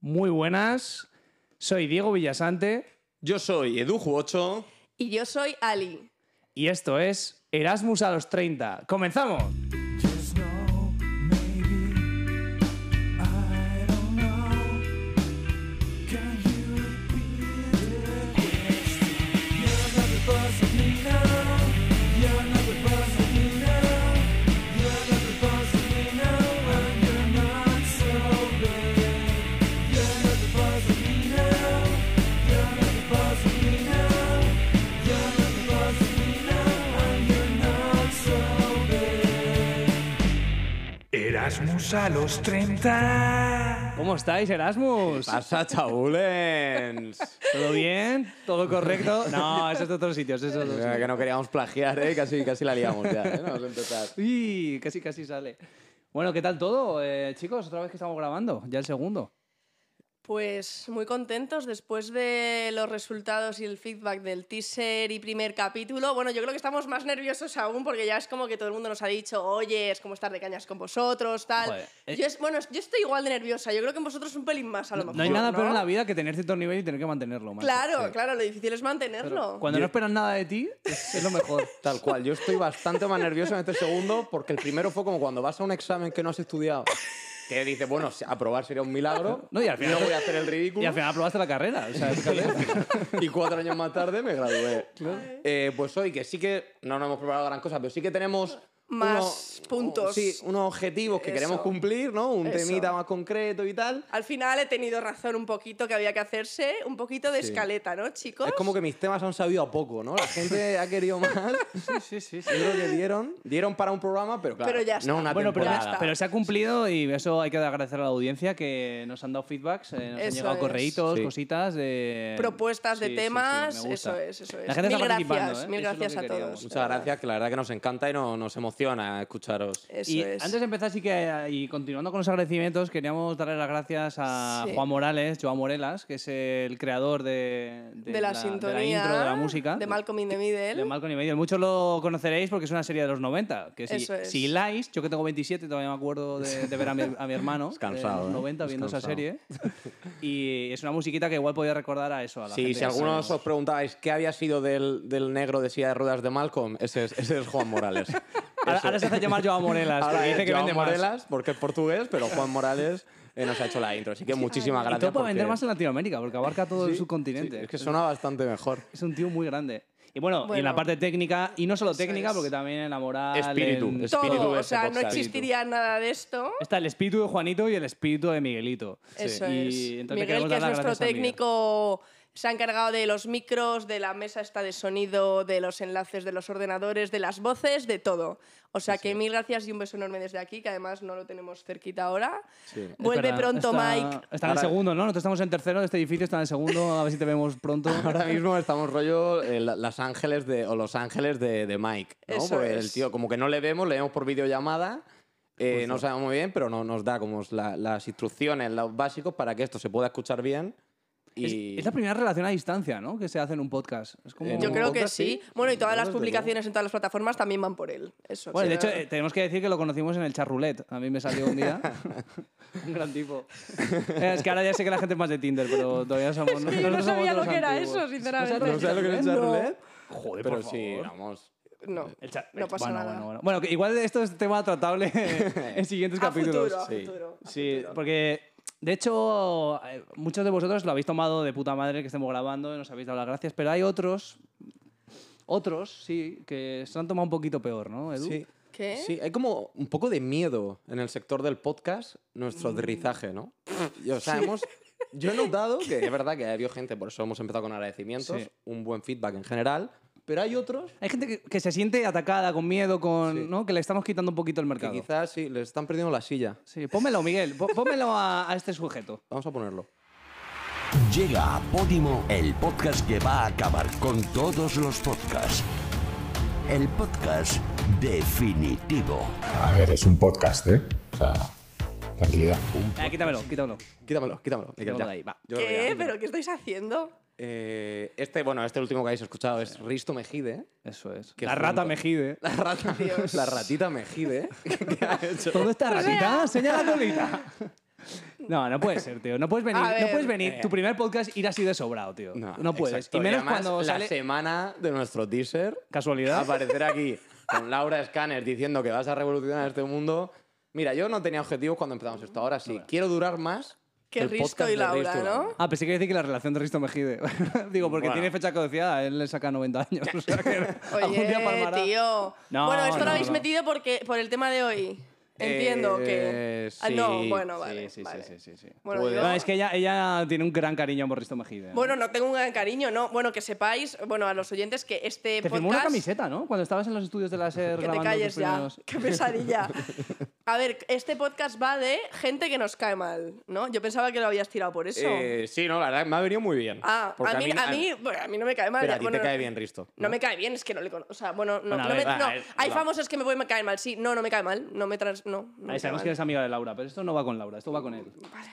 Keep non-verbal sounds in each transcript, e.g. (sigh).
Muy buenas. Soy Diego Villasante Yo soy Eduju8. Y yo soy Ali. y esto es Erasmus a los 30. ¡Comenzamos! Just know, maybe I don't know. Can you repeat it? You're not the boss of me now. You're not the boss of me now. You're not the boss of me now, and you're not so bad. You're not the boss of me now. You're not the boss of me now. You're not the boss of me now, and you're not so bad. Erasmus a los 30. ¿Cómo estáis, Erasmus? (laughs) Pasa, chabulens. ¿Todo bien? ¿Todo correcto? (laughs) No, eso es de otros sitios, eso es de O otros sea, que no queríamos plagiar, ¿eh? Casi, casi la liamos ya, ¿eh? Vamos a empezar. Uy, casi, casi sale. Bueno, ¿qué tal todo? Eh, chicos, otra vez que estamos grabando, ya el segundo. Pues muy contentos después de los resultados y el feedback del teaser y primer capítulo. Bueno, yo creo que estamos más nerviosos aún porque ya es como que todo el mundo nos ha dicho, oye, es como estar de cañas con vosotros, tal. Joder, eh. Yo es- bueno, es- yo estoy igual de nerviosa. Yo creo que en vosotros un pelín más a lo mejor. No hay nada ¿no? peor en la vida que tener cierto nivel y tener que mantenerlo. macho. Claro, Sí. claro, lo difícil es mantenerlo. Cuando no esperas nada de ti, es, es lo mejor. Tal cual, yo estoy bastante más nervioso en este segundo porque el primero fue como cuando vas a un examen que no has estudiado. Que dices, bueno, si- aprobar sería un milagro. No, y al final- No voy a hacer el (laughs) ridículo. Y al final aprobaste la carrera. O sea, fíjate. (laughs) y cuatro años más tarde me gradué. Eh, pues hoy, que sí que no nos hemos preparado gran cosa, pero sí que tenemos. Más unos- puntos. Sí, unos objetivos que Eso. queremos cumplir, ¿no? Un Eso. temita más concreto y tal. Al final he tenido razón un poquito que había que hacerse, un poquito de Sí. escaleta, ¿no, chicos? Es como que mis temas han sabido a poco, ¿no? La gente ha querido más. Sí, sí, sí. Yo creo que dieron, dieron para un programa, pero claro, Pero ya está. no una Bueno, pero, Ya temporada. está. pero se ha cumplido y eso hay que agradecer a la audiencia que nos han dado feedbacks, eh, nos han Eso llegado es. correitos, Sí. cositas de Propuestas de Sí, sí, sí, temas, me gusta. eso es, eso es. La gente mil está participando, gracias, ¿eh? mil Eso es lo gracias que a todos. queríamos. Muchas gracias, que la verdad que nos encanta y no- nos emociona escucharos. Eso Y es. antes de empezar, sí que, y continuando con los agradecimientos, queríamos darle las gracias a Sí. Juan Morales, Joan Morelas, que es el creador de, de de la, de sintonía la intro, de la música. de Malcolm in the Middle De Malcolm y Medio. Muchos lo conoceréis porque es una serie de los 90. Que si, Eso es. si hiláis, yo que tengo 27, todavía me acuerdo de, de ver a mi, a mi hermano. Es cansado, de los ¿eh? 90 Es viendo esa cansado. serie. Y es una musiquita que igual podía recordar a eso. A la Sí, gente si que algunos se- os preguntabais qué había sido del, del negro de silla de ruedas de Malcolm, ese es, ese es Juan Morales. (laughs) Ahora, Ese- ahora se hace llamar Joao Morelas. (laughs) Ahora porque dice es que Joan vende más. Morelas, porque es portugués, pero Juan Morales eh, nos ha hecho la intro. Así que muchísimas Y gracias. todo para vender porque- más en Latinoamérica, porque abarca todo el Sí, subcontinente. sí, es que suena bastante mejor. Es un tío muy grande. Y bueno, y en Bueno. la parte técnica, y no solo Eso técnica, es. porque también en la moral. Espíritu, en- espíritu. todo espíritu o ese sea no podcast. existiría nada de esto Está el espíritu de Juanito y el espíritu de Miguelito. eso Y es entonces Miguel queremos que dar es las nuestro gracias a Miguel. técnico se ha encargado de los micros de la mesa esta de sonido de los enlaces de los ordenadores de las voces de todo o sea que mil gracias y un beso enorme desde aquí que además no lo tenemos cerquita ahora Sí. Es vuelve verdad, pronto está- Mike Está en el Ahora- segundo, ¿no? Nosotros estamos en tercero, este edificio está en el segundo, a ver si te vemos pronto. Ahora mismo estamos rollo eh, la- Las Ángeles de, o Los Ángeles de, de Mike, ¿no? Eso Porque es. el tío, como que no le vemos, le vemos por videollamada, eh, Pues no sabemos muy bien, pero no, nos da como la- las instrucciones, los básicos para que esto se pueda escuchar bien. Y Es, es la primera relación a distancia, ¿no? Que se hace en un podcast. Es como... en yo un creo que podcast, sí. sí. Bueno, y todas Yo las desde publicaciones en todas las plataformas también van por él. Eso. Bueno, de sí, hecho, no- eh, tenemos que decir que lo conocimos en el charrulet. A mí me salió un día. un gran tipo. Eh, es que ahora ya sé que la gente es más de Tinder, pero todavía somos. que (laughs) yo no nosotros somos sabía de los lo que era antiguos. eso, sinceramente. ¿No sabes ¿No sabes lo que es el echar No. roulette? Joder, pero por sí, favor. vamos. no, El cha- no el- pasa bueno, nada. Bueno, bueno. Bueno, que igual esto es tema tratable en siguientes A capítulos. futuro, a sí. futuro, a Sí, futuro. porque de hecho eh, muchos de vosotros lo habéis tomado de puta madre que estemos grabando y nos habéis dado las gracias, pero hay otros, otros, sí, que se lo han tomado un poquito peor, ¿no, Edu? Sí. ¿Qué? Sí, hay como un poco de miedo en el sector del podcast, Mm. nuestro aterrizaje, ¿no? Y, o sea, hemos- (laughs) yo he notado que es verdad que ha habido gente, por eso hemos empezado con agradecimientos, Sí. un buen feedback en general, pero hay otros Hay gente que, que se siente atacada, con miedo, con, Sí. ¿no? que le estamos quitando un poquito el que mercado. quizás sí, les están perdiendo la silla. Sí, pónmelo, Miguel, pó- pónmelo a, a este (laughs) sujeto. Vamos a ponerlo. Llega a Podimo el podcast que va a acabar con todos los podcasts. El podcast definitivo. A ver, es un podcast, ¿eh? O sea, tranquilidad. Eh, quítamelo, quítamelo. Quítamelo, quítamalo. Miguel, Quítamalo ya. de ahí, va. Yo creo que ¿Qué? ya. ¿Pero qué estáis haciendo? Eh, este, bueno, este último que habéis escuchado es Risto Mejide. Eso es. (laughs) Qué la rata junto. mejide. La (laughs) rata, la ratita Mejide. (laughs) que ha hecho- Todo esta ratita, señala colita. Pues (laughs) No, no puede ser, tío. No puedes venir, A no ver. puedes venir. Tu primer podcast ir así de sobrado, tío. No, puedes. Eh. exacto. Y menos además, cuando la Ah, sale semana de nuestro teaser casualidad. aparecer aquí con Laura Scanner diciendo que vas a revolucionar este mundo. Mira, yo no tenía objetivos cuando empezamos esto. Ahora sí, quiero durar más Que el Risto podcast y de Laura, Risto y ¿no? Ah, pensé que iba a decir que la relación de Risto Mejide. (laughs) Digo, porque Bueno. tiene fecha caducidad, él le saca 90 años. (laughs) O sea (laughs) que algún día Oye, palmará. tío. No, bueno, esto no, lo habéis no. metido porque, por el tema de hoy. Entiendo Eh, que... Ah, no, sí, bueno, sí, vale. sí, sí, vale. sí, sí, sí. Bueno, Puede- yo- No, es que ella, ella tiene un gran cariño por Risto Mejide. Bueno, no tengo un gran cariño, no. Bueno, que sepáis, bueno, a los oyentes que este Te podcast... firmó una camiseta, ¿no? Cuando estabas en los estudios de la SER Que te grabando tus calles ya. primeros- Qué pesadilla. A ver, este podcast va de gente que nos cae mal, ¿no? Yo pensaba que lo habías tirado por eso. Eh, sí, no, la verdad me ha venido muy bien. ah, Porque a mí, a mí, bueno, a mí no me cae mal. Pero a ti Bueno, te cae bien, Risto. No me cae bien, es que no le conozco. O sea, bueno, no, Bueno, a no ver, me- va, no. a ver, hay va. famosos que me pueden caer mal. Sí, no, no me cae mal. No me trans. No. no me Ahí sabemos cae que mal. eres amiga de Laura, pero esto no va con Laura, esto va con él.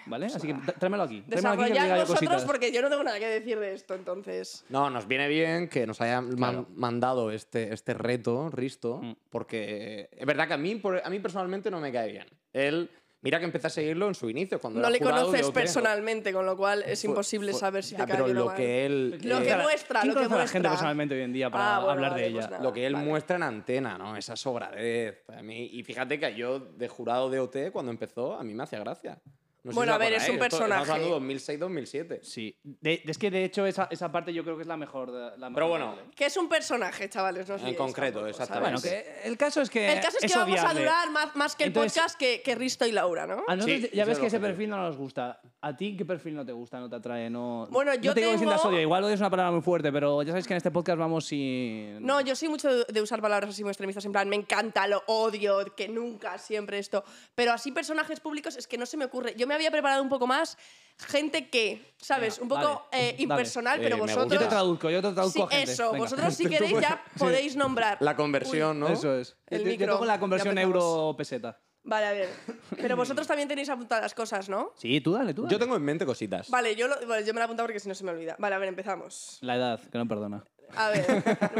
Vale. Así que tra- tráemelo aquí. Tráemelo aquí que le diga pues Desarrollad yo vosotros cositas. porque yo no tengo nada que decir de esto, entonces. No, nos viene bien que nos hayan man- mandado este, este reto, Risto, porque es verdad que a mí, por- a mí personalmente no me cae bien. Él, mira que empecé a seguirlo en su inicio, cuando No era le jurado de conoces O3, ¿no? personalmente, con lo cual es Fue- imposible fue- saber si ya, te cae Pero bien o lo mal. que él... Lo que él- muestra, Eh, ¿Quién lo conoce a la que gente muestra? personalmente hoy en día para Ah, bueno, hablar de vale, pues ella? nada. lo que él Vale. muestra en antena, ¿no? Esa sobradez. A mí, y fíjate que yo, de jurado de OT, cuando empezó, a mí me hacía gracia. No sé Bueno, si os a ver, es acordáis, un esto- personaje. Estamos hablando de 2006-2007. Sí. De- es que de hecho esa, esa parte yo creo que es la mejor. de- La mejor Pero bueno, parte. Que es un personaje, chavales, no os En liéis concreto, tampoco, ¿sabes? exactamente. Bueno, que el caso es que. El caso es que vamos a odiable. durar más, más que el Entonces- podcast que, que Risto y Laura, ¿no? A nosotros Sí, ya ese ves es el que ese objetivo. perfil no nos gusta. ¿A ti qué perfil no te gusta, no te atrae? No, Bueno, yo no te digo que tengo- sientas odio, igual odio es una palabra muy fuerte, pero ya sabéis que en este podcast vamos sin... No, yo soy mucho de- de usar palabras así muy extremistas, en plan, me encanta, lo odio, que nunca, siempre esto. Pero así personajes públicos es que no se me ocurre. Yo me había preparado un poco más gente que, ¿sabes? Venga, un poco vale, eh, dale. impersonal, Eh, pero me gusta. vosotros... Yo te traduzco, yo te Sí, traduzco a gente. eso, Venga. vosotros (laughs) si queréis ya podéis nombrar. La conversión, Uy, ¿no? Eso es. El Yo- yo, micro, tengo la conversión ya empezamos. euro-peseta. Vale, a ver. Pero vosotros también tenéis apuntadas cosas, ¿no? Sí, tú dale, tú dale. Yo tengo en mente cositas. Vale, yo, lo- vale, yo me la he apuntado porque si no se me olvida. Vale, a ver, empezamos. La edad, que no perdona. A ver.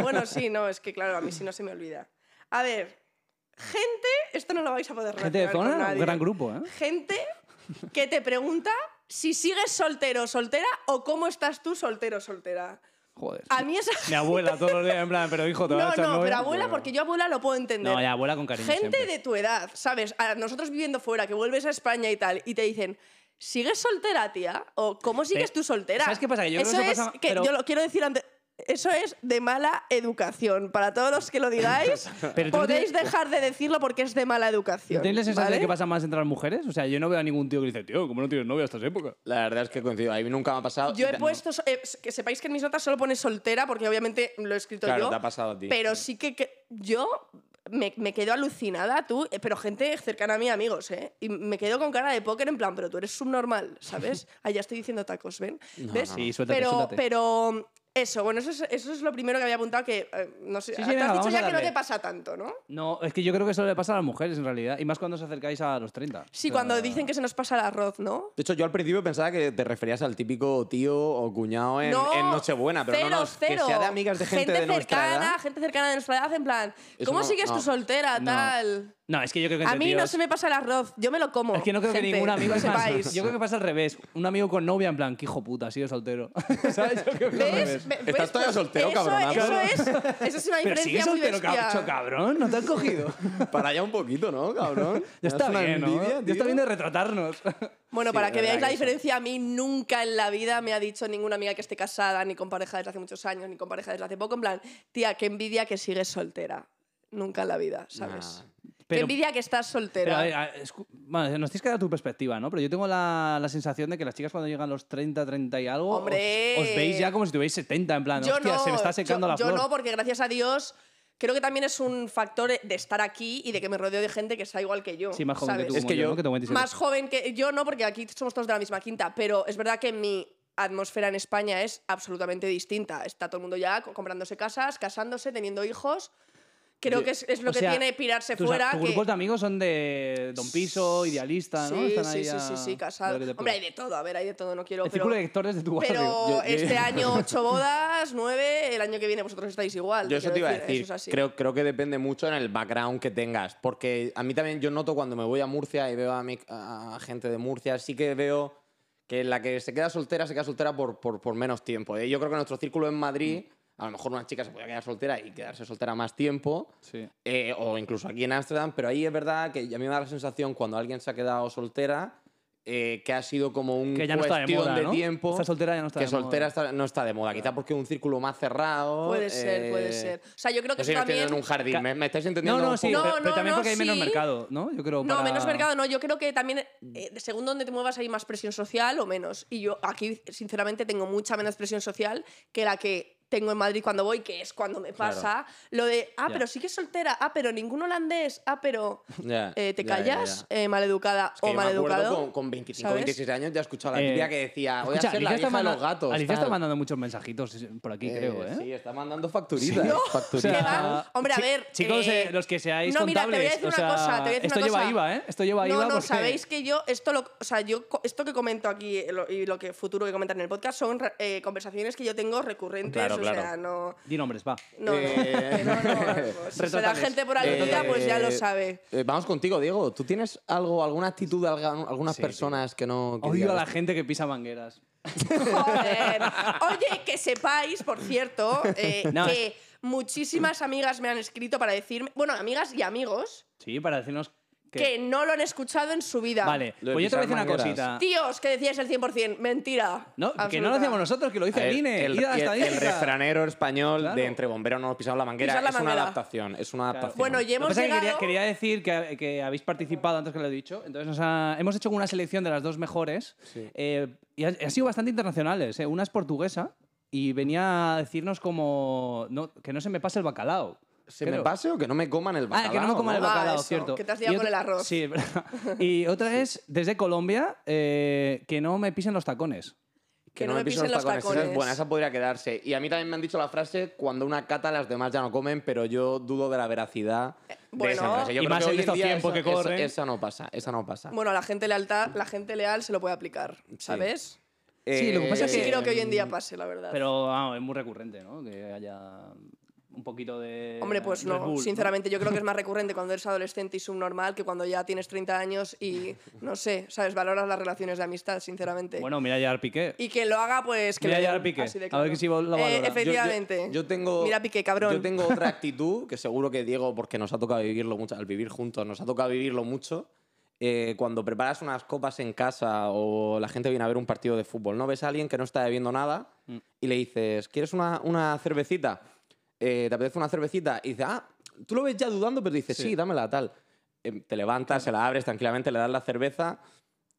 bueno, sí, no, es que claro, a mí sí no se me olvida. A ver. Gente, esto no lo vais a poder Gente de relacionar con zona, nadie. un gran grupo, ¿eh? Gente que te pregunta si sigues soltero o soltera o cómo estás tú soltero o soltera. Joder. A mí esa... Mi abuela todos los días, en plan, pero hijo, te vas a No, echar no, pero novia. abuela, porque yo abuela lo puedo entender. No, ya, abuela con cariño Gente siempre. de tu edad, ¿sabes? A nosotros viviendo fuera, que vuelves a España y tal, y te dicen, ¿sigues soltera, tía? ¿O cómo sigues Eh, tú soltera? ¿sabes qué pasa? Que yo creo eso que eso es pasa- que pero- yo lo quiero decir antes. Eso es de mala educación. Para todos los que lo digáis, (laughs) Pero tú no podéis tienes- dejar de decirlo porque es de mala educación. ¿Tienes la sensación ¿vale? de que pasa más entre las mujeres? O sea, yo no veo a ningún tío que dice, tío, ¿cómo no tienes novia a estas épocas? La verdad es que coincido. A mí nunca me ha pasado. Yo y he ta- puesto, so- eh, que sepáis que en mis notas solo pone soltera, porque obviamente lo he escrito Claro, yo. te ha pasado a ti. Pero sí que, que- yo me, me quedo alucinada, tú, eh, pero gente cercana a mí, amigos, ¿eh? Y me quedo con cara de póker en plan, pero tú eres subnormal, (laughs) ¿sabes? Allá estoy diciendo tacos, ¿ven? ¿Ves? Sí, suéltate, pero, suéltate. pero eso, bueno, eso es, eso es lo primero que había apuntado que, eh, no sé, Sí, sí, te venga, has dicho vamos a ya que no darle. te pasa tanto, ¿no? No, es que yo creo que eso le pasa a las mujeres en realidad, y más cuando os acercáis a los 30. Sí, O sea, cuando dicen que se nos pasa el arroz, ¿no? De hecho, yo al principio pensaba que te referías al típico tío o cuñado en, no, en Nochebuena, pero cero, no, no, es cero. que sea de amigas de gente, de nuestra cercana, edad. gente cercana de nuestra edad, en plan, Eso ¿cómo no, sigues no. tu soltera, tal? No, es que yo creo que A entre mí no tíos- se me pasa el arroz, yo me lo como. Es que no creo que gente, ningún amigo lo es más- sepáis. Yo creo que pasa al revés. Un amigo con novia en plan, que hijo puta, ha sido soltero. (laughs) ¿Sabes? Yo creo que es al ¿Ves? revés. Ve- Estás ves, todavía soltero, eso, cabronazo. Eso es, eso es una (laughs) Pero diferencia sigues muy soltero, bestia. cacho, cabrón. No te han (laughs) cogido. (laughs) Para allá un poquito, ¿no, cabrón? (laughs) Ya está Es una bien, ¿no? envidia, Ya tío. está bien de retratarnos. (laughs) Bueno, Sí, para es que verdad veáis la que eso. diferencia, a mí nunca en la vida me ha dicho ninguna amiga que esté casada, ni con pareja desde hace muchos años, ni con pareja desde hace poco, en plan, tía, qué envidia que sigues soltera. Nunca en la vida, ¿sabes? Nah. qué Pero- envidia que estás Pero soltera. a ver, a- escu- bueno, nos tienes que dar tu perspectiva, ¿no? Pero yo tengo la, la sensación de que las chicas cuando llegan a los 30, 30 y algo, os- ¡Hombre! Os, veis ya como si tuvierais 70, en plan, yo hostia, no, se me está secando yo, la yo flor. no, porque gracias a Dios creo que también es un factor de estar aquí y de que me rodeo de gente que está igual que yo. Sí, más joven ¿sabes? que tú, Es como que yo, yo- ¿no? Que tengo 27. Más joven que yo no, porque aquí somos todos de la misma quinta, pero es verdad que mi atmósfera en España es absolutamente distinta. Está todo el mundo ya co- comprándose casas, casándose, teniendo hijos. Creo que es, es lo O que sea, tiene pirarse tus, fuera. Tus que- grupos de amigos son de Don Piso, Idealista, ¿no? Sí, Están sí, ahí sí, a- sí, sí, a casado. ver qué te Hombre, hay pega. de todo, a ver, hay de todo, no quiero. El pero círculo de lectores (laughs) de tu barrio. (laughs) pero Yo- yo- (laughs) (laughs) este año ocho bodas, nueve, el año que viene vosotros estáis igual. Yo eso quiero te iba a eso decir. es así. Creo, creo que depende mucho en el background que tengas. Porque a mí también yo noto cuando me voy a Murcia y veo a, mi, a gente de Murcia, sí que veo que la que se queda soltera se queda soltera por, por, por menos tiempo. ¿eh? Yo creo que nuestro círculo en Madrid, a lo mejor una chica se podía quedar soltera y quedarse soltera más tiempo. Sí. eh, o incluso aquí en Ámsterdam, pero ahí es verdad que a mí me da la sensación cuando alguien se ha quedado soltera eh, que ha sido como un Que ya no está de cuestión moda, ¿no? tiempo. Estar soltera ya no está que de moda. soltera está- no está de moda, quizá porque es un círculo más cerrado. Puede ser, eh, puede ser. O sea, yo creo que no sé, eso yo estoy también. en un jardín. Ca- ¿Me, me estáis entendiendo? No, no, un sí, poco? No, pero, pero no, también no, porque hay menos sí. mercado, ¿no? Yo creo. No, para- menos mercado, no. Yo creo que también, Mm. eh, según donde te muevas, hay más presión social o menos. Y yo aquí, sinceramente, tengo mucha menos presión social que la que tengo en Madrid cuando voy, que es cuando me Claro. pasa lo de, ah, Ya. pero sí que es soltera, ah, pero ningún holandés, ah, pero (laughs) Ya, eh, te ya, ya, ya. callas, eh, maleducada Es que o yo me acuerdo maleducado. Con, con 25, ¿sabes? 26 años ya he escuchado a la Eh, tía que decía, Ah, voy Escucha, a ser la Alicia está vieja de los manda- gatos. Alicia está tal. mandando muchos mensajitos por aquí, Eh, creo, ¿eh? Sí, está mandando facturitas. facturitas. Que va- hombre, a chi- ver, Chicos, eh, eh, los que seáis no, mira, te voy a contables. decir o una sea, cosa, te voy a decir esto una lleva cosa. IVA, ¿eh? Esto lleva IVA. No, no, porque- sabéis que yo, esto lo, o sea, yo, co- esto que comento aquí eh, lo- y lo que futuro que comentar en el podcast son re- eh, conversaciones que yo tengo recurrentes, Claro, o claro. sea, no... Di nombres, va. No, no, Eh, (laughs) no, no, no, Si se da Retotales. gente por aquí, ya, pues ya lo (laughs) sabe. Eh, vamos contigo, Diego. ¿Tú tienes algo, alguna actitud, alga- algunas personas que no... que Odio a digas, la gente que pisa mangueras. Joder. Oye, que sepáis, por cierto, eh, No, que muchísimas amigas me han escrito para decirme, bueno, amigas y amigos, Sí, para decirnos que. que no lo han escuchado en su vida. Vale, Lo de pues yo te voy a decir pisar una mangueras. cosita. Tíos, que decíais el 100%, mentira. No, que no lo absoluta. hacíamos nosotros, que lo dice A ver, el INE. el, id a la el- el estadística. refranero español Claro. de entre bomberos no pisamos la manguera Pisar la es una manguera. adaptación. Es una Claro. adaptación. Bueno, y Lo que hemos pasa es que quería, llegado... quería decir que, que habéis participado antes que lo he dicho. Entonces, nos ha- hemos hecho una selección de las dos mejores. eh, y ha- han sido bastante internacionales. eh. Una es portuguesa y venía a decirnos como no- que no se me pase el bacalao. ¿Se creo. me pase o que no me coman el bacalao? Ah, que no me coman el ¿no? Ah, bacalao, eso, cierto. que te has Y liado con otra- el arroz. Sí, es (laughs) verdad. Y otra es, desde Colombia, eh, que no me pisen los tacones. Que no me pisen los Esa es tacones. buena, esa podría quedarse. Y a mí también me han dicho la frase, cuando una cata las demás ya no comen, pero yo dudo de la veracidad de Eh, bueno. esa frase. Yo Y creo más que en hoy estos día tiempos esa- que esa- corren. Esa, no pasa, esa no pasa. Bueno, la gente, lealta, la gente leal se lo puede aplicar, ¿sabes? Eh, Sí, lo que pasa Yo es sí que- creo que hoy en día pase, la verdad. Eh, Pero vamos, es muy recurrente, ¿no? Que haya un poquito de... Hombre, pues eh, Red no, Bull, sinceramente yo creo (laughs) que es más recurrente cuando eres adolescente y subnormal que cuando ya tienes 30 años y, no sé, ¿sabes? Valoras las relaciones de amistad, sinceramente. Bueno, mira ya Piqué. y que lo haga, pues que Mira lo ya den, el Piqué. así de A claro. ver que si lo Eh, valora. Yo- yo- Yo- yo- efectivamente. Yo, tengo. Mira, Piqué, cabrón. Yo tengo (laughs) otra actitud que seguro que Diego, porque nos ha tocado vivirlo mucho, al vivir juntos, nos ha tocado vivirlo mucho. eh, cuando preparas unas copas en casa o la gente viene a ver un partido de fútbol, ¿no? Ves a alguien que no está bebiendo nada y le dices, ¿quieres una, una cervecita? Eh, ¿Te apetece una cervecita? Y dice, ah, tú lo ves ya dudando, pero dices, sí, dámela, tal. Eh, te levantas, se la abres tranquilamente, le das la cerveza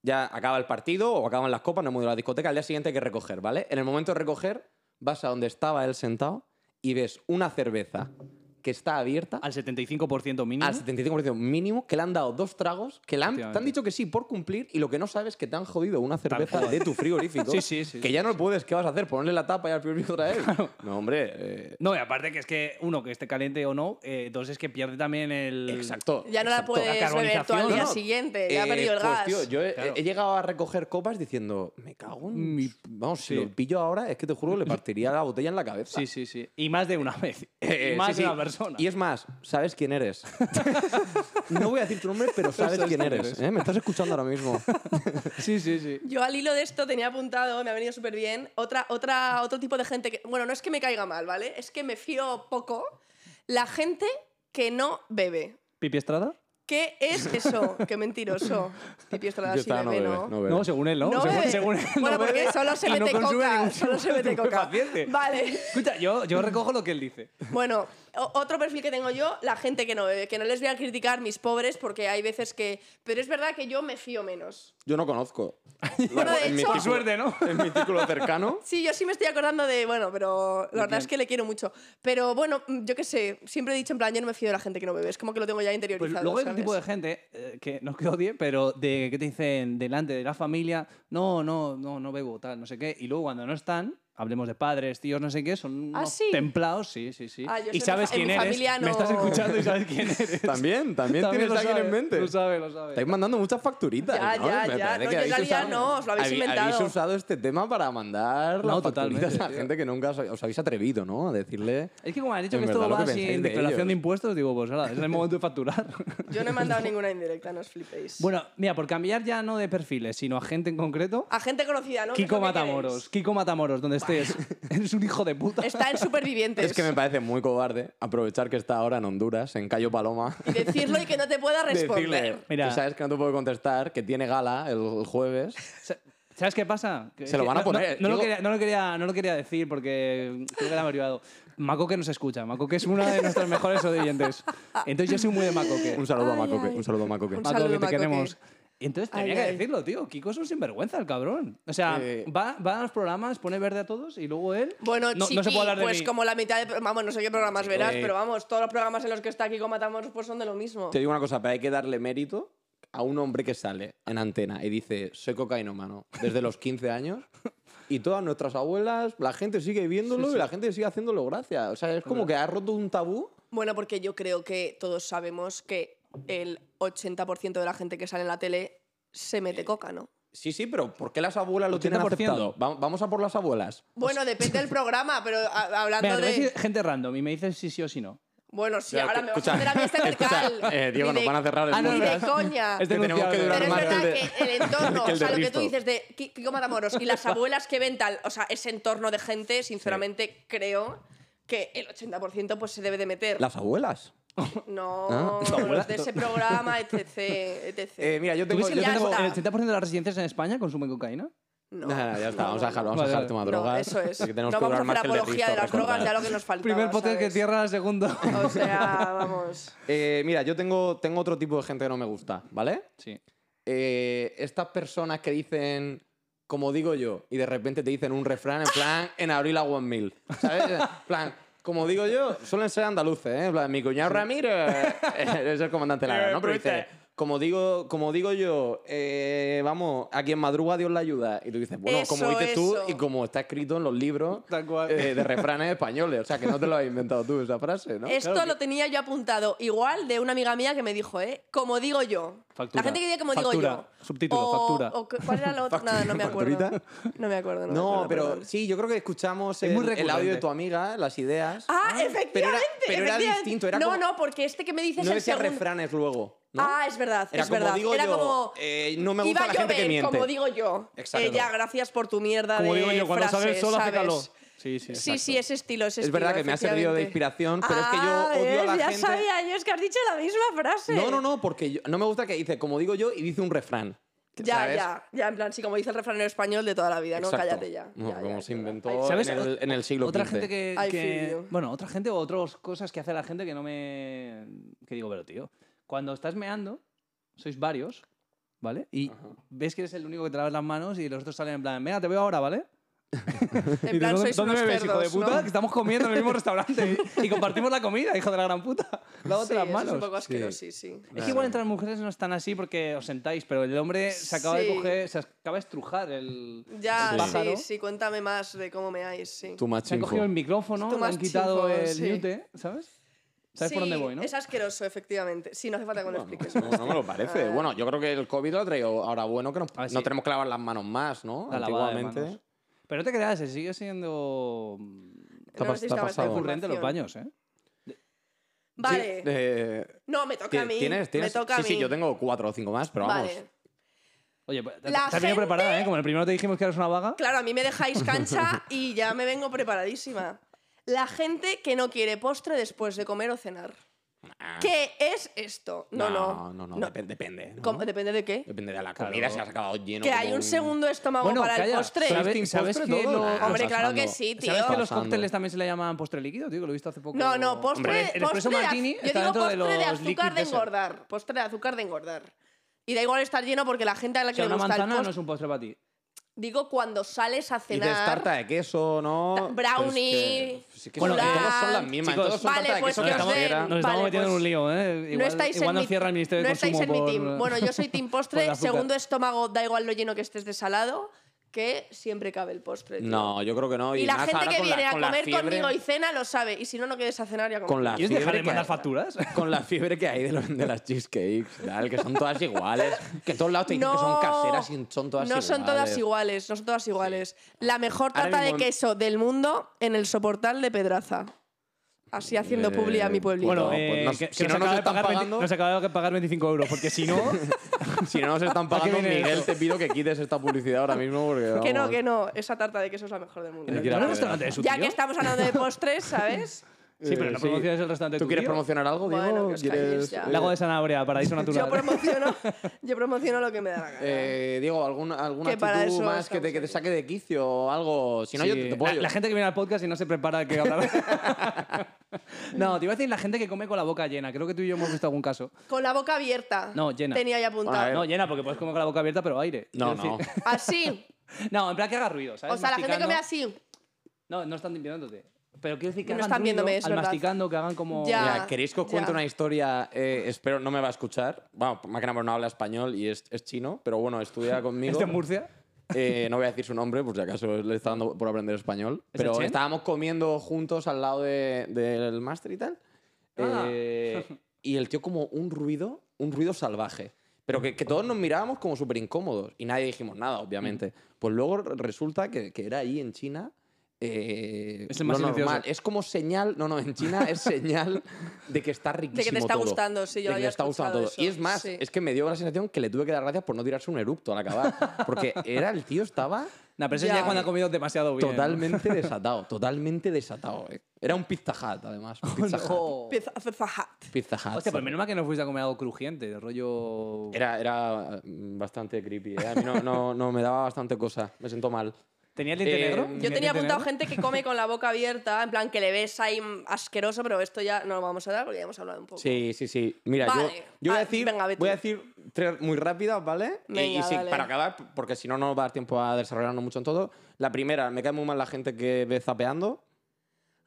ya acaba el partido o acaban las copas, no hemos ido a la discoteca, al día siguiente hay que recoger, ¿vale? En el momento de recoger, vas a donde estaba él sentado y ves una cerveza que está abierta Al 75% mínimo. al 75% mínimo, que le han dado dos tragos, que le han, te han Efectivamente. dicho que sí por cumplir y lo que no sabes es que te han jodido una cerveza cual. de tu frigorífico. (laughs) Sí, sí, sí, Que sí, ya no puedes, ¿qué vas a hacer? ¿Ponerle la tapa y al frigorífico otra (laughs) vez? No, hombre. eh, No, y aparte que es que, uno, que esté caliente o no, eh, dos, es que pierde también el... Exacto. ya no la exacto. puedes La beber tú carbonización, al día no, no. siguiente, ya ha Eh, perdido el pues, gas. tío, yo he, Claro. he llegado a recoger copas diciendo, me cago en Mi- su- Vamos, sí. si lo pillo ahora, es que te juro que le partiría la botella en la cabeza. Sí, sí, sí. Y más de una vez. (laughs) Eh, y más sí, sí. de una persona. Y es más, sabes (laughs) quién eres. no voy a decir tu nombre, pero (laughs) sabes quién eres. ¿eh? Me estás escuchando ahora (laughs) mismo. Sí, sí, sí. Yo al hilo de esto tenía apuntado, me ha venido súper bien, otra, otra, otro tipo de gente que, bueno, no es que me caiga mal, ¿vale? Es que me fío poco. La gente que no bebe. ¿Pipi Estrada? ¿Qué es eso? Qué mentiroso. Pipi Estrada Yo sí estaba, no bebe, bebe, ¿no? no bebe. No, según él, ¿no? No según, bebe. según él, no bueno, porque bebe solo se y no mete consume coca. ningún Solo (laughs) se mete tipo de coca. paciente. Vale. Escucha, yo, yo recojo lo que él dice. Bueno, o- otro perfil que tengo yo, la gente que no bebe, que no les voy a criticar mis pobres porque hay veces que... Pero es verdad que yo me fío menos. Yo no (laughs) conozco. Bueno, de en mi hecho- Qué círculo- suerte, ¿no? En mi círculo (laughs) cercano. Sí, yo sí me estoy acordando de, bueno, pero la verdad es que le quiero mucho. Pero bueno, mm, yo qué sé, siempre he dicho en plan, yo no me fío de la gente que no bebe, es como que lo tengo ya Pues interiorizado. luego hay un ¿sabes? tipo de gente eh, que no es que odie, pero de que te dicen delante de la familia, no, no, no, no bebo, tal, no sé qué. Y luego cuando no están, hablemos de padres, tíos, no sé qué, son ¿Ah, unos sí? templados, sí, sí, sí. Ah, yo y sé, sabes en mi quién eres. familia Me estás no- escuchando y (laughs) sabes quién eres. También, también, lo tienes a alguien en sabes, mente. Lo sabes, lo sabes. Estáis mandando muchas facturitas. Ya, ¿no? ya, Me ya. parece No, que yo en habéis realidad no, os lo habéis inventado. Habéis usado este tema para mandar No, las facturitas totalmente, a tío. gente que nunca os, os habéis atrevido, ¿no? A decirle... Es que como han dicho En que esto verdad, lo va que pensáis sin de declaración de ellos. impuestos, digo, pues ahora, es el momento de facturar. (laughs) (laughs) Yo (laughs) no he mandado ninguna indirecta, no os flipéis. bueno, mira, por cambiar ya no de perfiles, sino a gente en concreto. a gente conocida, Ah, ¿no? ¿Qué es Kiko lo que queréis? Matamoros, Kiko Matamoros, donde estés. (laughs) Eres un hijo de puta. Está (laughs) en Supervivientes. Es que me parece muy cobarde aprovechar que está ahora en Honduras, en Cayo Paloma. (laughs) Y decirlo y que no te pueda (laughs) responder. Decirle, Mira. tú sabes que no te puedo contestar, que tiene gala el, el jueves. Sa- ¿Sabes qué pasa? Que- Se lo que- van a no- no- poner, No, lo digo- quería, no, lo quería, no lo quería decir porque creo que la hemos llevado. Macoque nos escucha. Macoque es una de nuestras mejores oyentes. Entonces yo soy muy de Macoque. Un saludo a Ay, Macoque, ay. un saludo a Macoque. Un Macoque, saludo, te Macoque. queremos. Y entonces tenía Ay, que ay. decirlo, tío. Kiko es un sinvergüenza, el cabrón. O sea, Eh. va, va a los programas, pone verde a todos y luego él. Bueno, no, chiqui, no se puede hablar de pues mí. como la mitad de... Vamos, no sé qué programas verás, Eh. pero vamos, todos los programas en los que está Kiko Matamoros pues son de lo mismo. Te digo una cosa, pero hay que darle mérito a un hombre que sale en antena y dice, soy cocainómano desde los 15 años y todas nuestras abuelas, la gente sigue viéndolo y la gente sigue haciéndolo gracia. O sea, es como que ha roto un tabú. Bueno, porque yo creo que todos sabemos que el 80% de la gente que sale en la tele se mete coca, ¿no? Sí, sí, pero ¿por qué las abuelas lo tienen 80%. aceptado? Va- Vamos a por las abuelas. Bueno, (laughs) depende del programa, pero a- hablando Venga, te voy a de... decir gente random y me dices si sí o si no. Bueno, sí, Ya, ahora escu- me vas escucha, a hacer a mí este escucha, percal. eh, Diego, Ni nos de- van a cerrar el ni Ah, de podcast. coña. Es que tenemos que denunciable. durar Pero es más verdad que el que de- (laughs) el entorno, que el o sea, de lo que tú Risto. dices de Ki- Kiko Matamoros (laughs) y las abuelas que ven tal, o sea, ese entorno de gente, sinceramente creo que el 80% pues se debe de meter. Las abuelas. No, los de ese programa, etc, etc. ¿Ah? (laughs) Eh, mira, yo ¿Tú tengo... ves que el yo ya tengo- está. 80% el 80% de las residencias en España consumen cocaína? no. Nah, ya está, vamos a dejarlo, vamos Vale, a vale. dejar el tema No, de drogas. eso es. porque tenemos no que vamos a durar hacer más que el apología de Risto, las drogas, recordad. ya lo que nos faltaba. Primer podcast que ¿sabes? cierra, segundo. (laughs) O sea, (laughs) vamos. Eh, mira, yo tengo, tengo otro tipo de gente que no me gusta, ¿vale? Sí. eh, estas personas que dicen, como digo yo, y de repente te dicen un refrán en plan, en abril a 1000, ¿sabes? En plan, como digo yo, suelen ser andaluces, ¿eh? En plan, mi cuñado Ramírez eh, (laughs) es el comandante Lara, ¿no? Pero dice, como digo, como digo yo, eh, vamos, a quien madruga Dios la ayuda. Y tú dices, bueno, como Eso, dices tú eso. y como está escrito en los libros Tal cual. eh, de refranes españoles. O sea, que no te lo has inventado tú esa frase, ¿no? Esto lo tenía yo apuntado igual de una amiga mía que me dijo, ¿eh? Como digo yo. Factura. La gente que dice como Factura. digo yo. Subtítulo, O- factura. o que- ¿Cuál era la otra? Nada, no me acuerdo. ¿Facturita? No me acuerdo. No, me No, acuerdo, pero perdón. sí, yo creo que escuchamos Es el, muy el recurrente. audio de tu amiga, las ideas. Ah, efectivamente. pero era- pero era efectivamente. distinto, era no, como- no, porque este que me dices no el decía segundo... refranes luego. ¿no? Ah, es verdad, Era es como verdad. digo era yo, como... eh, no me Iba gusta a la gente que llover, miente. como digo yo. Exacto. Eh, ya, gracias por tu mierda Como de digo yo, cuando sale el frases, sol hace ¿sabes? calor. Sí, sí, Sí, exacto. sí, ese estilo, ese Es verdad estilo, que me ha servido de efectivamente. inspiración, pero es que yo Ah, odio a la ¿ves? gente- Ya sabía yo, es que has dicho la misma frase. No, no, no, porque yo- no me gusta que dice como digo yo y dice un refrán. Ya, ¿sabes? ya, ya, en plan, sí, como dice el refranero español de toda la vida, ¿no? Exacto. Cállate ya. No, ya, ya, como ya. se Ay, inventó ¿Sabes? En, el, en el siglo Otra XV. gente que, I que- feel you. Bueno, otra gente o otras cosas que hace la gente que no me... Que digo, pero tío, cuando estás meando, sois varios, ¿vale? Y ves que eres el único que te lavas las manos y los otros salen en plan, venga, te veo ahora, ¿vale? Y En dices, plan, ¿Dónde, sois dónde unos me ves, hijo de cerdos, ¿no? puta? Que estamos comiendo en el mismo (laughs) restaurante y, y compartimos la comida, hijo de la gran puta. Lávate Sí, las eso manos. Es un poco Sí. asqueroso, sí, sí. Es que igual entre las mujeres no están así porque os sentáis, pero el hombre se acaba de Sí. coger, se acaba de estrujar el. Ya, el pájaro. sí, sí, cuéntame más de cómo me hay, sí. Tú más Se han chinfo. cogido el micrófono, Tú le más han quitado chinfo, el sí. mute, ¿sabes? ¿Sabes por Sí, dónde voy, no? Es asqueroso, efectivamente. Sí, no hace falta que me lo expliques. No, no me lo Ah. parece. Bueno, yo creo que el COVID lo ha traído ahora bueno que nos- Ah, sí. no tenemos que lavar las manos más, ¿no? La lavada de Antiguamente. manos. Pero no te creas, se sigue siendo mm, Te ha No pas- te ha necesitaba esta pasado. recurrente los información. baños, ¿eh? Vale. Sí, eh, no, me toca a mí. ¿Tienes? tienes- Me toca sí, a mí. sí, yo tengo cuatro o cinco más, pero vamos. Vale. Oye, pues, te, te La has venido gente- preparada, ¿eh? Como en el primero te dijimos que eras una vaga. Claro, a mí me dejáis (laughs) cancha y ya me vengo preparadísima. La gente que no quiere postre después de comer o cenar. ¿Qué es esto? No, no. no, no, no, depe- depende. ¿no? ¿Cómo? ¿Depende de qué? Depende de la comida, si has acabado lleno. que como hay Eh, un segundo estómago para el calla, postre. ¿Sabes, sabes postre que todo? lo- Ah, Hombre, estás claro que pasando. sí, tío. ¿Sabes que los Pasando. cócteles también se le llaman postre líquido, tío? Que lo he visto hace poco. No, no, Hombre, postre, el postre, espresso de, az- martini yo está digo dentro postre de los de azúcar liquid de dessert. engordar. Postre de azúcar de engordar. Y da igual estar lleno porque la gente a la O que sea, le una gusta el manzana postre... no es un postre para ti. Digo, cuando sales a Y dices cenar... tarta de queso, ¿no? Ta- brownie, Pues que- sí que son- Bueno, todos son las mismas. chicos, todos son vale, tarta de pues queso que os de den- calavera. Nos estamos Vale, metiendo en pues, un lío, ¿eh? Igual, no estáis igual en nos mi, cierra el Ministerio no de estáis Consumo (laughs) en por- mi team. Bueno, yo soy team por el postre, azúcar. segundo estómago, da igual lo lleno que estés de salado. que siempre cabe el postre. tío. No, yo creo que no. Y, Y, la más gente ahora que con viene la- a con la comer fiebre- conmigo y cena lo sabe. Y si no, no quedes a cenar y a comer. Con la ¿Quieres fiebre dejar de que mandar hay- facturas? Con la fiebre que hay de, lo- de las cheesecakes, tal, que son todas iguales. Que en todos lados te dicen que son No, caseras y son todas no iguales. son todas iguales, no son todas iguales. La mejor Ahora tarta de mismo- queso del mundo en el soportal de Pedraza. Así haciendo Eh, publi a mi pueblito. Bueno, Bueno, pues eh, nos- que, si que no nos, nos acaba de están pagar 20 pagando- nos acaba de pagar 25 euros, porque si (laughs) no, Si no nos están ¿Para qué pagando, viene Miguel, eso? te pido que quites esta publicidad ahora mismo porque. que no, vamos. que no. Esa tarta de queso es la mejor del mundo. Ni ¿no quiera era el hacer restaurante de su Ya tío? que estamos hablando (laughs) de postres, ¿sabes? Sí, pero Eh, no promociones el restaurante de ¿Tú tu quieres tío? promocionar algo, Diego? Bueno, que os calléis ¿Quieres- ya. Lago de Sanabria, paraíso natural. (laughs) Yo promociono, yo promociono lo que me da la gana. Eh, Diego, ¿algún, ¿alguna Que para actitud eso más que te, estamos que te aquí. saque de quicio o algo? Si no, Sí, yo te, te la, puedo la ayudar. gente que viene al podcast y no se prepara que hablar. (laughs) no, te iba a decir la gente que come con la boca llena. Creo que tú y yo hemos visto algún caso. Con la boca abierta. No, llena. Tenía ya apuntado. A ver. No, llena, porque puedes comer con la boca abierta, pero aire. No, Quiero no. decir- (laughs) Así. No, en plan que haga ruido, ¿sabes? O sea, la gente que Masticando. come así. No, no están viéndote. Pero quiero decir que No hagan están ruido viéndome, es al verdad. masticando, que hagan como... Ya. Mira, ¿queréis que os cuente ya. una historia? Eh, espero no me va a escuchar. Bueno, más que nada porque no habla español y es, es chino, pero (laughs) bueno, estudia conmigo. ¿Es de este Murcia? Eh, no voy a decir su nombre, por si acaso le está dando por aprender español. ¿Es el Pero Chen? estábamos comiendo juntos al lado de- del máster y tal. Ah. Eh, y el tío como un ruido, un ruido salvaje. Pero que, que todos nos mirábamos como súper incómodos y nadie dijimos nada, obviamente. Mm. Pues luego resulta que, que era ahí en China. eh, Es el más lo silencioso. normal. Es como señal, no, no, en China es señal de que está riquísimo. está todo. gustando, sí, De yo que había le está gustando todo. escuchado Y eso, es más, sí. es que me dio la sensación que le tuve que dar gracias por no tirarse un erupto al acabar. Porque era el tío, (laughs) estaba No, pero eso es Ya. ya cuando ha comido demasiado bien. totalmente desatado, totalmente desatado. eh. Era un Pizza Hut, además. (laughs) un Pizza Hut. Ojo. Pizza- pizza Hut. Pizza Hut, Hostia, pues sí. menos mal que no fuiste a comer algo crujiente, de rollo... Era, era mm, bastante creepy. eh. A mí no, no, no, me daba bastante cosa. Me siento mal. ¿Tenía el diente Eh, negro? yo Yo tenía diente apuntado negro? gente que come con la boca abierta, en plan que le ves ahí mm, asqueroso, pero esto ya no lo vamos a dar porque ya hemos hablado un poco. Sí, sí, sí. Mira, yo- Vale. yo, voy, a Ah, decir, venga, vete. voy a decir tres muy rápidas, ¿vale? Y- y Venga, sí, dale. para acabar, porque si no, no va a dar tiempo a desarrollarnos mucho en todo. La primera, me cae muy mal la gente que ve zapeando.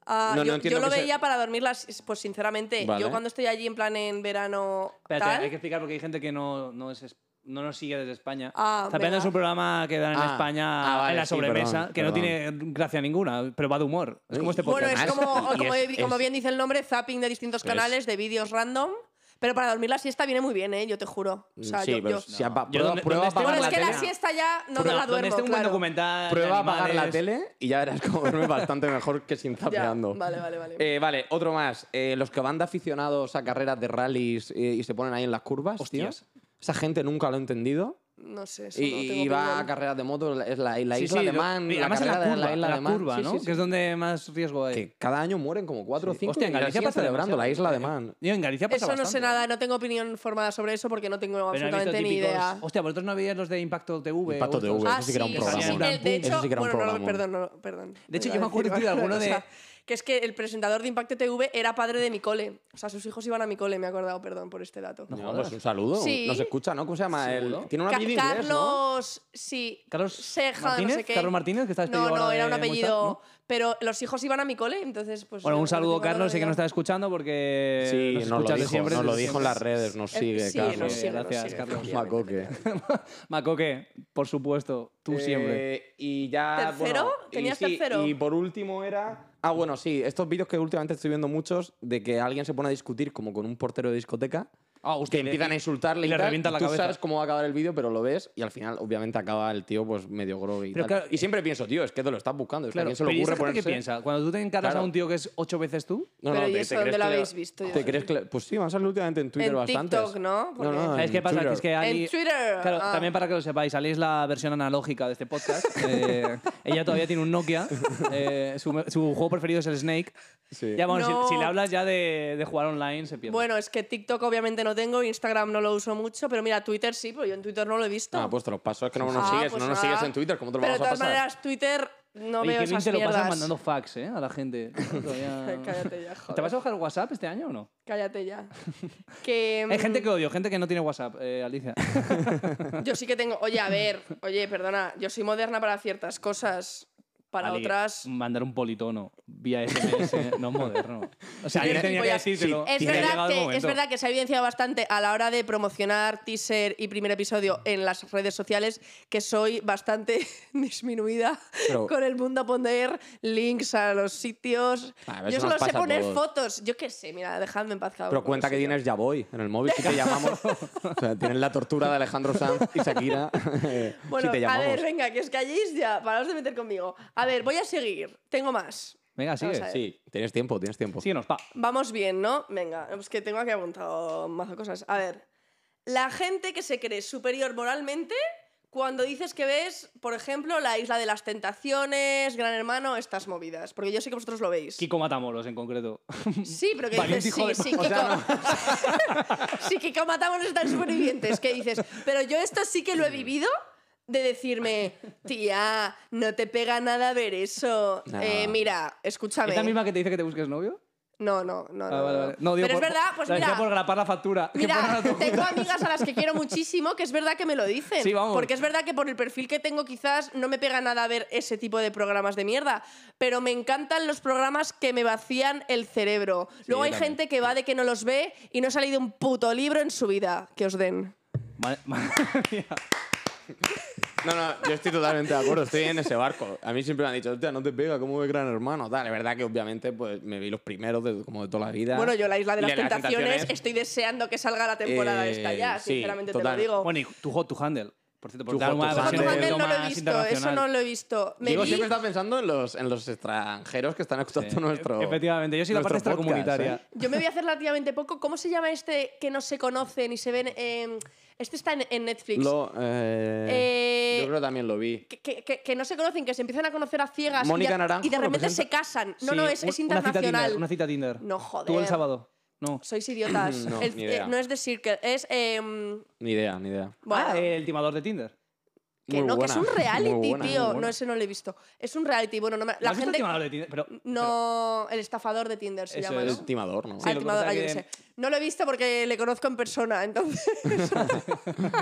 Ah, No, no yo, entiendo yo lo que se- veía para dormir, las, pues sinceramente, Vale. yo cuando estoy allí en plan en verano Espérate, tal, hay que explicar porque hay gente que no, no, es, es- no nos sigue desde España. Ah, Zapeando venga. es un programa que dan en Ah, España ah, vale, en la sí, sobremesa, perdón, que perdón. no tiene gracia ninguna, pero va de humor. Es como este Bueno, podcast. es Además, como, o (laughs) y como, es- he- como es- bien dice el nombre, zapping de distintos Pero es- canales de vídeos random. Pero para dormir la siesta viene muy bien, ¿eh? Yo te juro. O sea, Mm, sí, yo, pero yo- si apa- Yo prueba, donde- prueba donde esté apagar Bueno, Apaga es la que tele. la siesta ya no me Prueba- la donde duermo, esté un buen claro. documental de Prueba a apagar la animales. tele y ya verás cómo duermes bastante mejor que sin Ya, zapeando. Vale, vale, vale. Eh, vale, otro más. Eh, los que van de aficionados a carreras de rallies eh, y se ponen ahí en las curvas, tío. Hostias. Esa gente nunca lo he entendido. no sé, eso Y, no y tengo va a opinión. carreras de moto, la- es la, la Sí, isla sí, de lo- Man. y además en la carrera curva, de la isla en de la Man. curva, Sí, ¿no? sí, sí. Que es donde más riesgo hay. Que cada año mueren como 4 o 5 Hostia, en Galicia siguen pasa celebrando la demasiado. isla de Man. Yo en Galicia pasa Eso no sé bastante. nada, no tengo opinión formada sobre eso porque no tengo Pero he visto absolutamente ni típicos- idea. Ah, Hostia, vosotros no veíais los de Impacto TV. Impacto o estos? TV. Eso sí que era un programa. sí, Plan, el- pum. de hecho, Eso sí que era un bueno, no, programa. no, perdón, no, perdón. De hecho, Iba yo me a acuerdo, decir tío, de otra alguno de- cosa, que es que el presentador de Impacto TV era padre de mi cole. O sea, sus hijos iban a mi cole, me he acordado, perdón por este dato. No, pues un saludo. Sí. Nos escucha, ¿no? ¿Cómo se llama? El- Seguro. tiene una Ca- vida inglés, ¿no? Carlos, sí. Carlos Seja, Martínez, no sé qué. Carlos Martínez, que está despedido No, no, ahora era de un apellido. Movistar, Pero los hijos iban a mi cole, entonces, pues. Bueno, eh, un saludo, cuando tengo Carlos. Sé que novia- nos está escuchando porque Sí, nos, lo escuchas de dijo, siempre. nos lo desde dijo en las redes, nos Eh, sigue, sí, Carlos. nos Sí, sigue, nos gracias, sigue, Carlos. efectivamente. (laughs) Macoque. Macoque, por supuesto, tú siempre. Eh, Y ya. ¿Tercero? bueno, y ¿Tenías sí, tercero? Y por último era. Ah, bueno, sí, estos vídeos que últimamente estoy viendo muchos de que alguien se pone a discutir como con un portero de discoteca. Ah, que hostia, le- empiezan a insultarle y y, le tal, revienta y la tú cabeza. sabes cómo va a acabar el vídeo, pero lo ves y al final, obviamente, acaba el tío pues medio groggy. Y, Pero tal. claro, eh, y siempre pienso, tío, es que te lo estás buscando. Es que a Claro, quién se le pero ¿y esa ocurre gente ponerse. ¿Qué piensa? Cuando tú te encaras Claro. a un tío que es ocho veces tú. No, Pero no, ¿y te- te eso dónde crees lo que le- habéis visto? Yo ¿Te no crees que.? le- Pues sí, me han salido últimamente en Twitter En bastante. TikTok, ¿no? Porque- ¿Sabes qué pasa? Que Ah, es que Ali- En Twitter, Claro, ah. también para que lo sepáis, Ali es la versión analógica de este (laughs) podcast. Eh, ella todavía tiene un Nokia. Eh, su, su juego preferido es el Snake. Sí. Ya, bueno, si- No. si, le hablas ya de, de jugar online, se pierde. Bueno, es que TikTok obviamente no tengo, Instagram no lo uso mucho, pero mira, Twitter sí, pero yo en Twitter no lo he visto. Ah, pues te los paso, es que no nos Ah, sigues, pues no nos nada. sigues en Twitter, ¿cómo te lo Pero vamos a de todas pasar? maneras, Twitter no Oye, veo qué bien esas te lo mierdas. pasas (laughs) mandando fax, ¿eh? A la gente. Todavía- Cállate ya, ¿Te joder. vas a bajar WhatsApp este año o no? (laughs) Cállate ya. que, mm, Hay gente que odio, gente que no tiene WhatsApp, eh, Alicia. Yo sí que tengo. Oye, a ver, oye, perdona, yo soy moderna para ciertas cosas. (laughs) Para Ali, otras. Mandar un politono vía (laughs) SMS, no moderno. O sea, alguien tenía que Tiene- Gilipollas. decírtelo. Es Tiene verdad, llegado el que, es momento. verdad que se ha evidenciado bastante a la hora de promocionar teaser y primer episodio en las redes sociales que soy bastante (laughs) disminuida Pero- con el mundo a poner links a los sitios. Ah, pero Yo eso nos solo sé pasa a poner todos. fotos. Yo qué sé, mira, dejadme en paz. cada Pero uno cuenta con que lo suyo. tienes ya voy en el móvil, si te llamamos. (laughs) o sea, tienes la tortura de Alejandro Sanz y Shakira. eh, Bueno, si te a llamamos. ver, venga, que os calléis ya. Paraos de meter conmigo. A ver, voy a seguir. Tengo más. Venga, Vamos sigue. a ver. Sí, tienes tiempo, tienes tiempo. Síguenos, pa. Vamos bien, ¿no? Venga, es que tengo aquí apuntado más cosas. A ver, la gente que se cree superior moralmente cuando dices que ves, por ejemplo, la Isla de las Tentaciones, Gran Hermano, estas movidas. Porque yo sé que vosotros lo veis. Kiko Matamoros, en concreto. Sí, pero que Valiente dices, hijo de sí, sí, puta. Kiko. (laughs) sí, Kiko Matamoros están supervivientes, que dices, pero yo esto sí que lo he vivido. De decirme, tía, no te pega nada ver eso. No. Eh, mira, escúchame. ¿Es la misma que te dice que te busques novio? No, no, no. Ah, no, vale, no. vale. No, digo, pero por- es verdad, pues la mira. decía por grapar la factura. que pongan Mira, a tu- tengo amigas a las que quiero muchísimo que es verdad que me lo dicen. Sí, vamos. Porque es verdad que por el perfil que tengo quizás no me pega nada ver ese tipo de programas de mierda, pero me encantan los programas que me vacían el cerebro. Luego hay gente que va de que no los ve y no ha salido un puto libro en su vida que os den. Madre- (laughs) madre mía. No, no, yo estoy totalmente de acuerdo, estoy en ese barco. A mí siempre me han dicho, hostia, no te pega, ¿cómo ve Gran Hermano? Tal, es verdad que obviamente pues, me vi los primeros de, como de toda la vida. Bueno, yo la Isla de las, tentaciones, estoy... estoy deseando que salga la temporada Eh, esta ya, sí, sinceramente te total. lo digo. Bueno, y tu hot to handle. Por cierto, por Tu dar Hot una to Juan versión Handle. un poquito Fernández no lo he más visto, eso internacional. no lo he visto. Me Digo, vi- siempre está pensando en los, en los extranjeros que están escuchando nuestro Eh, Efectivamente, yo soy la parte nuestro podcast, extracomunitaria. ¿eh? Yo me vi hace relativamente poco. ¿Cómo se llama este que no se conoce ni se ven? este está en, en Netflix. Lo, eh, Eh, yo creo que también lo vi. Que, que- que- que no se conocen, que se empiezan a conocer a ciegas y, Mónica ya- Naranjo y de lo repente presenta. se casan. No, Sí, no, es, un- es internacional. Una cita Tinder. una cita Tinder. No, joder. Tú el sábado. No. Sois idiotas. (clears throat) No, El- ni eh, idea. no es de Circle, es... em, Ni idea, ni idea. bueno, Ah, el timador de Tinder. que eh, Muy no, que es un buena, muy reality, buena, muy tío. buena. No, ese no lo he visto. Es un reality. Bueno, no me- la ¿Has visto el gente... timador de Tinder? Pero, No, el estafador de Tinder se Eso llama, es. ¿no? Es timador, ¿no? Sí, Ah, el lo que timador, pasa ah, yo qué que- sé. No lo he visto porque le conozco en persona, entonces. (laughs)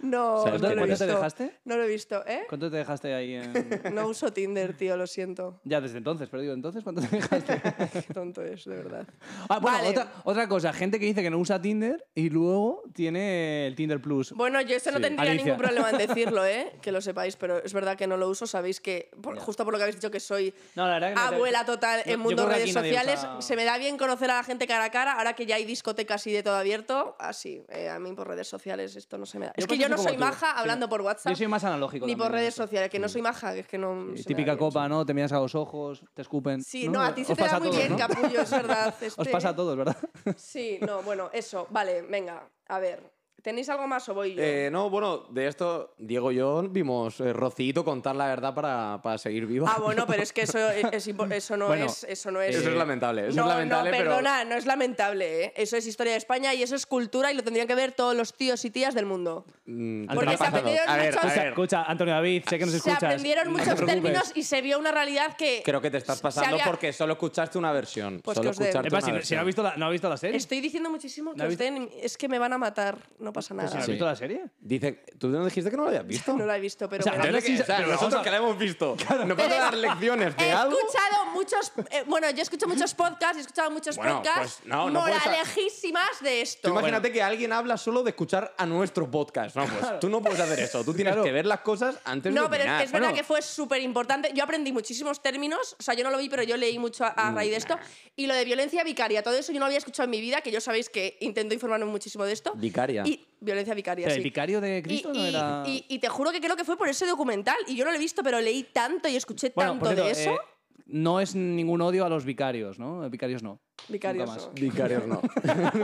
no, ¿Sabes no qué lo cuenta he te visto. dejaste? No lo he visto, (laughs) ¿eh? ¿Cuánto te dejaste ahí en...? No uso Tinder, tío, lo siento. (laughs) Ya desde entonces, pero digo, entonces, ¿cuánto te dejaste? Qué tonto es, de verdad. Ah, bueno, Vale. otra, otra cosa, gente que dice que no usa Tinder y luego tiene el Tinder Plus. Bueno, yo esto no Sí. tendría Alicia. (laughs) ningún problema en decirlo, ¿eh? Que lo sepáis, pero es verdad que no lo uso. Sabéis que, por- justo por lo que habéis dicho que soy No, la verdad que no te- abuela total No, yo en mundo creo que aquí redes nadie sociales, usa- se me da bien conocer a la gente cara a cara. Ahora que ya hay discotecas y de todo abierto, así. eh, a mí por redes sociales esto no se me da. es que pues yo soy no como soy tú. maja Sí. hablando por WhatsApp. Yo soy más analógico. Ni también en por redes eso. sociales, que no soy maja, que es que no. se me da Típica bien, copa, sí. ¿no? Te miras a los ojos, te escupen. Sí, no, a ti se Os te pasa da a muy todos, bien, (laughs) ¿no? capullo, es verdad. Os este. pasa a todos, (laughs) ¿verdad? Sí, no, bueno, eso. Vale, venga, a ver. ¿Tenéis algo más o voy yo? Eh, no, bueno, de esto, Diego y yo vimos eh, Rocito contar la verdad para, para seguir vivo. (laughs) Ah, bueno, pero es que eso, es, es impo- eso, no, Bueno, es, eso no es. Eso es lamentable, eso no, es lamentable, no, pero- perdona, no es lamentable, ¿eh? Eso es historia de España y eso es cultura y lo tendrían que ver todos los tíos y tías del mundo. Mm, Porque ¿qué se está pasando? aprendieron a ver, muchos- a Escucha, ver, escucha, Antonio David, sé que nos Se escuchas. aprendieron no te muchos preocupes. términos y se vio una realidad que. creo que te estás se pasando había- porque solo escuchaste una versión. Pues solo que os den. escuchaste Epa, si, una no- si no ha versión. visto la, no ha visto la serie. Estoy diciendo muchísimo que ¿No os habéis- den. Es que me van a matar, no pasa Si no nada. has Sí. visto la serie. Dice, ¿tú no dijiste que no lo habías visto? (laughs) No la he visto, pero. O sea, bueno. entonces sí, O sea, pero vamos nosotros a- que la (laughs) hemos visto. No Pero puedo dar lecciones de he algo. escuchado muchos. eh, bueno, yo escucho muchos podcasts, he escuchado muchos Bueno, pues podcasts no, no puedes- moralejísimas de esto. Tú imagínate que alguien habla solo de escuchar a nuestro podcast. No, pues tú no puedes hacer eso. Tú tienes que ver las cosas antes de No, pero opinar. es- es verdad Bueno, que fue súper importante. Yo aprendí muchísimos términos, o sea, yo no lo vi, pero yo leí mucho a, a raíz de esto. Y lo de violencia vicaria, todo eso yo no lo había escuchado en mi vida, que yo sabéis que intento informarme muchísimo de esto. Vicaria. Y violencia vicaria, Pero sí. el vicario de Y, Cristo no y- era. y- y te juro que creo que fue por ese documental. Y yo no lo he visto, pero leí tanto y escuché Bueno, tanto por cierto, de eso. eh, no es ningún odio a los vicarios, ¿no? Vicarios no. Vicarios Nunca no. más. (laughs) Vicarios no.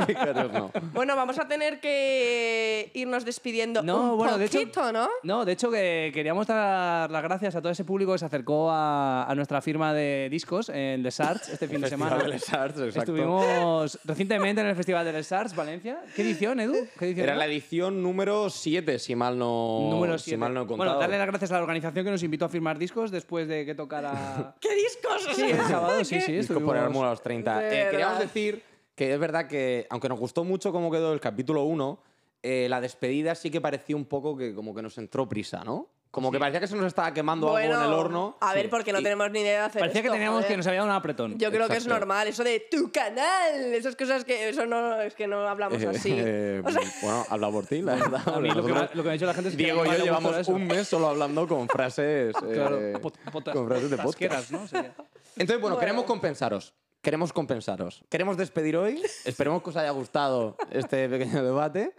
Vicarios no. Bueno, vamos a tener que irnos despidiendo No, un bueno, de hecho- poquito, ¿no? No, de hecho que queríamos dar las gracias a todo ese público que se acercó a, a nuestra firma de discos en Les Arts este fin de semana. Festival de Les Arts, exacto. Estuvimos recientemente en el Festival de Les Arts Valencia. ¿Qué edición, Edu? ¿Qué edición Era era? la edición número 7, si mal no, Número Si 7. mal no he bueno, contado. darle las gracias a la organización que nos invitó a firmar discos después de que tocara ¡Qué discos! Sí, el (laughs) sábado, (laughs) sí, sí. Discos por el estuvimos- Álamo a los 30. De Eh, queríamos verdad. decir que es verdad que, aunque nos gustó mucho cómo eh, quedó el capítulo 1, la despedida sí que pareció un poco que como que nos entró prisa, ¿no? Como que parecía que se nos estaba quemando bueno, algo en el horno. A ver, Sí. porque no Y- (laughs) tenemos ni idea de hacer Parecía que esto, teníamos joder. que nos había dado un apretón. Yo creo que es Exacto. normal, eso de tu canal, esas cosas que eso no es que no hablamos Eh, (laughs) así. eh, O sea, bueno, habla por (laughs) ti, la verdad. A mí lo que, me, Nosotros- lo que me ha dicho la gente es que Diego y vale gusto yo de llevamos eso. un mes solo hablando con frases, eh, (laughs) Claro, (laughs) pot- potas- con frases de potasqueras, podcast. ¿no? (laughs) Sería. Entonces, bueno, Bueno. queremos compensaros. Queremos compensaros. Queremos despedir hoy. Esperemos que os haya gustado este pequeño debate.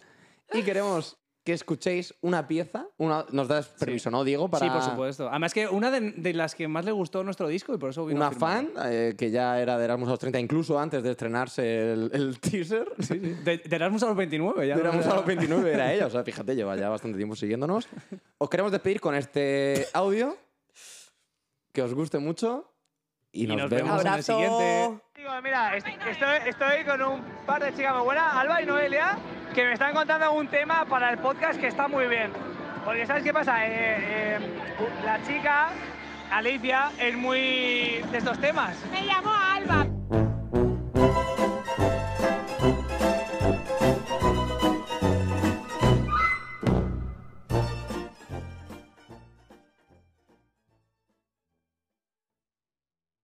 Y queremos que escuchéis una pieza. Una, ¿Nos das permiso, no, Diego? Para Sí, por supuesto. Además que una de, de las que más le gustó nuestro disco y por eso vino a Una firmarlo. fan eh, que ya era de Erasmus a los 30, incluso antes de estrenarse el, el teaser. De, de Erasmus a los 29, ya. no Éramos era- a los 29, era ella. O sea, fíjate, lleva ya bastante tiempo siguiéndonos. Os queremos despedir con este audio. Que os guste mucho. Y, nos, nos vemos. vemos. en el abrazo. siguiente. Digo, mira, est- estoy, estoy con un par de chicas muy buenas, Alba y Noelia, que me están contando un tema para el podcast que está muy bien. Porque ¿sabes qué pasa? Eh, eh, la chica, Alicia, es muy de estos temas. Me llamo Alba.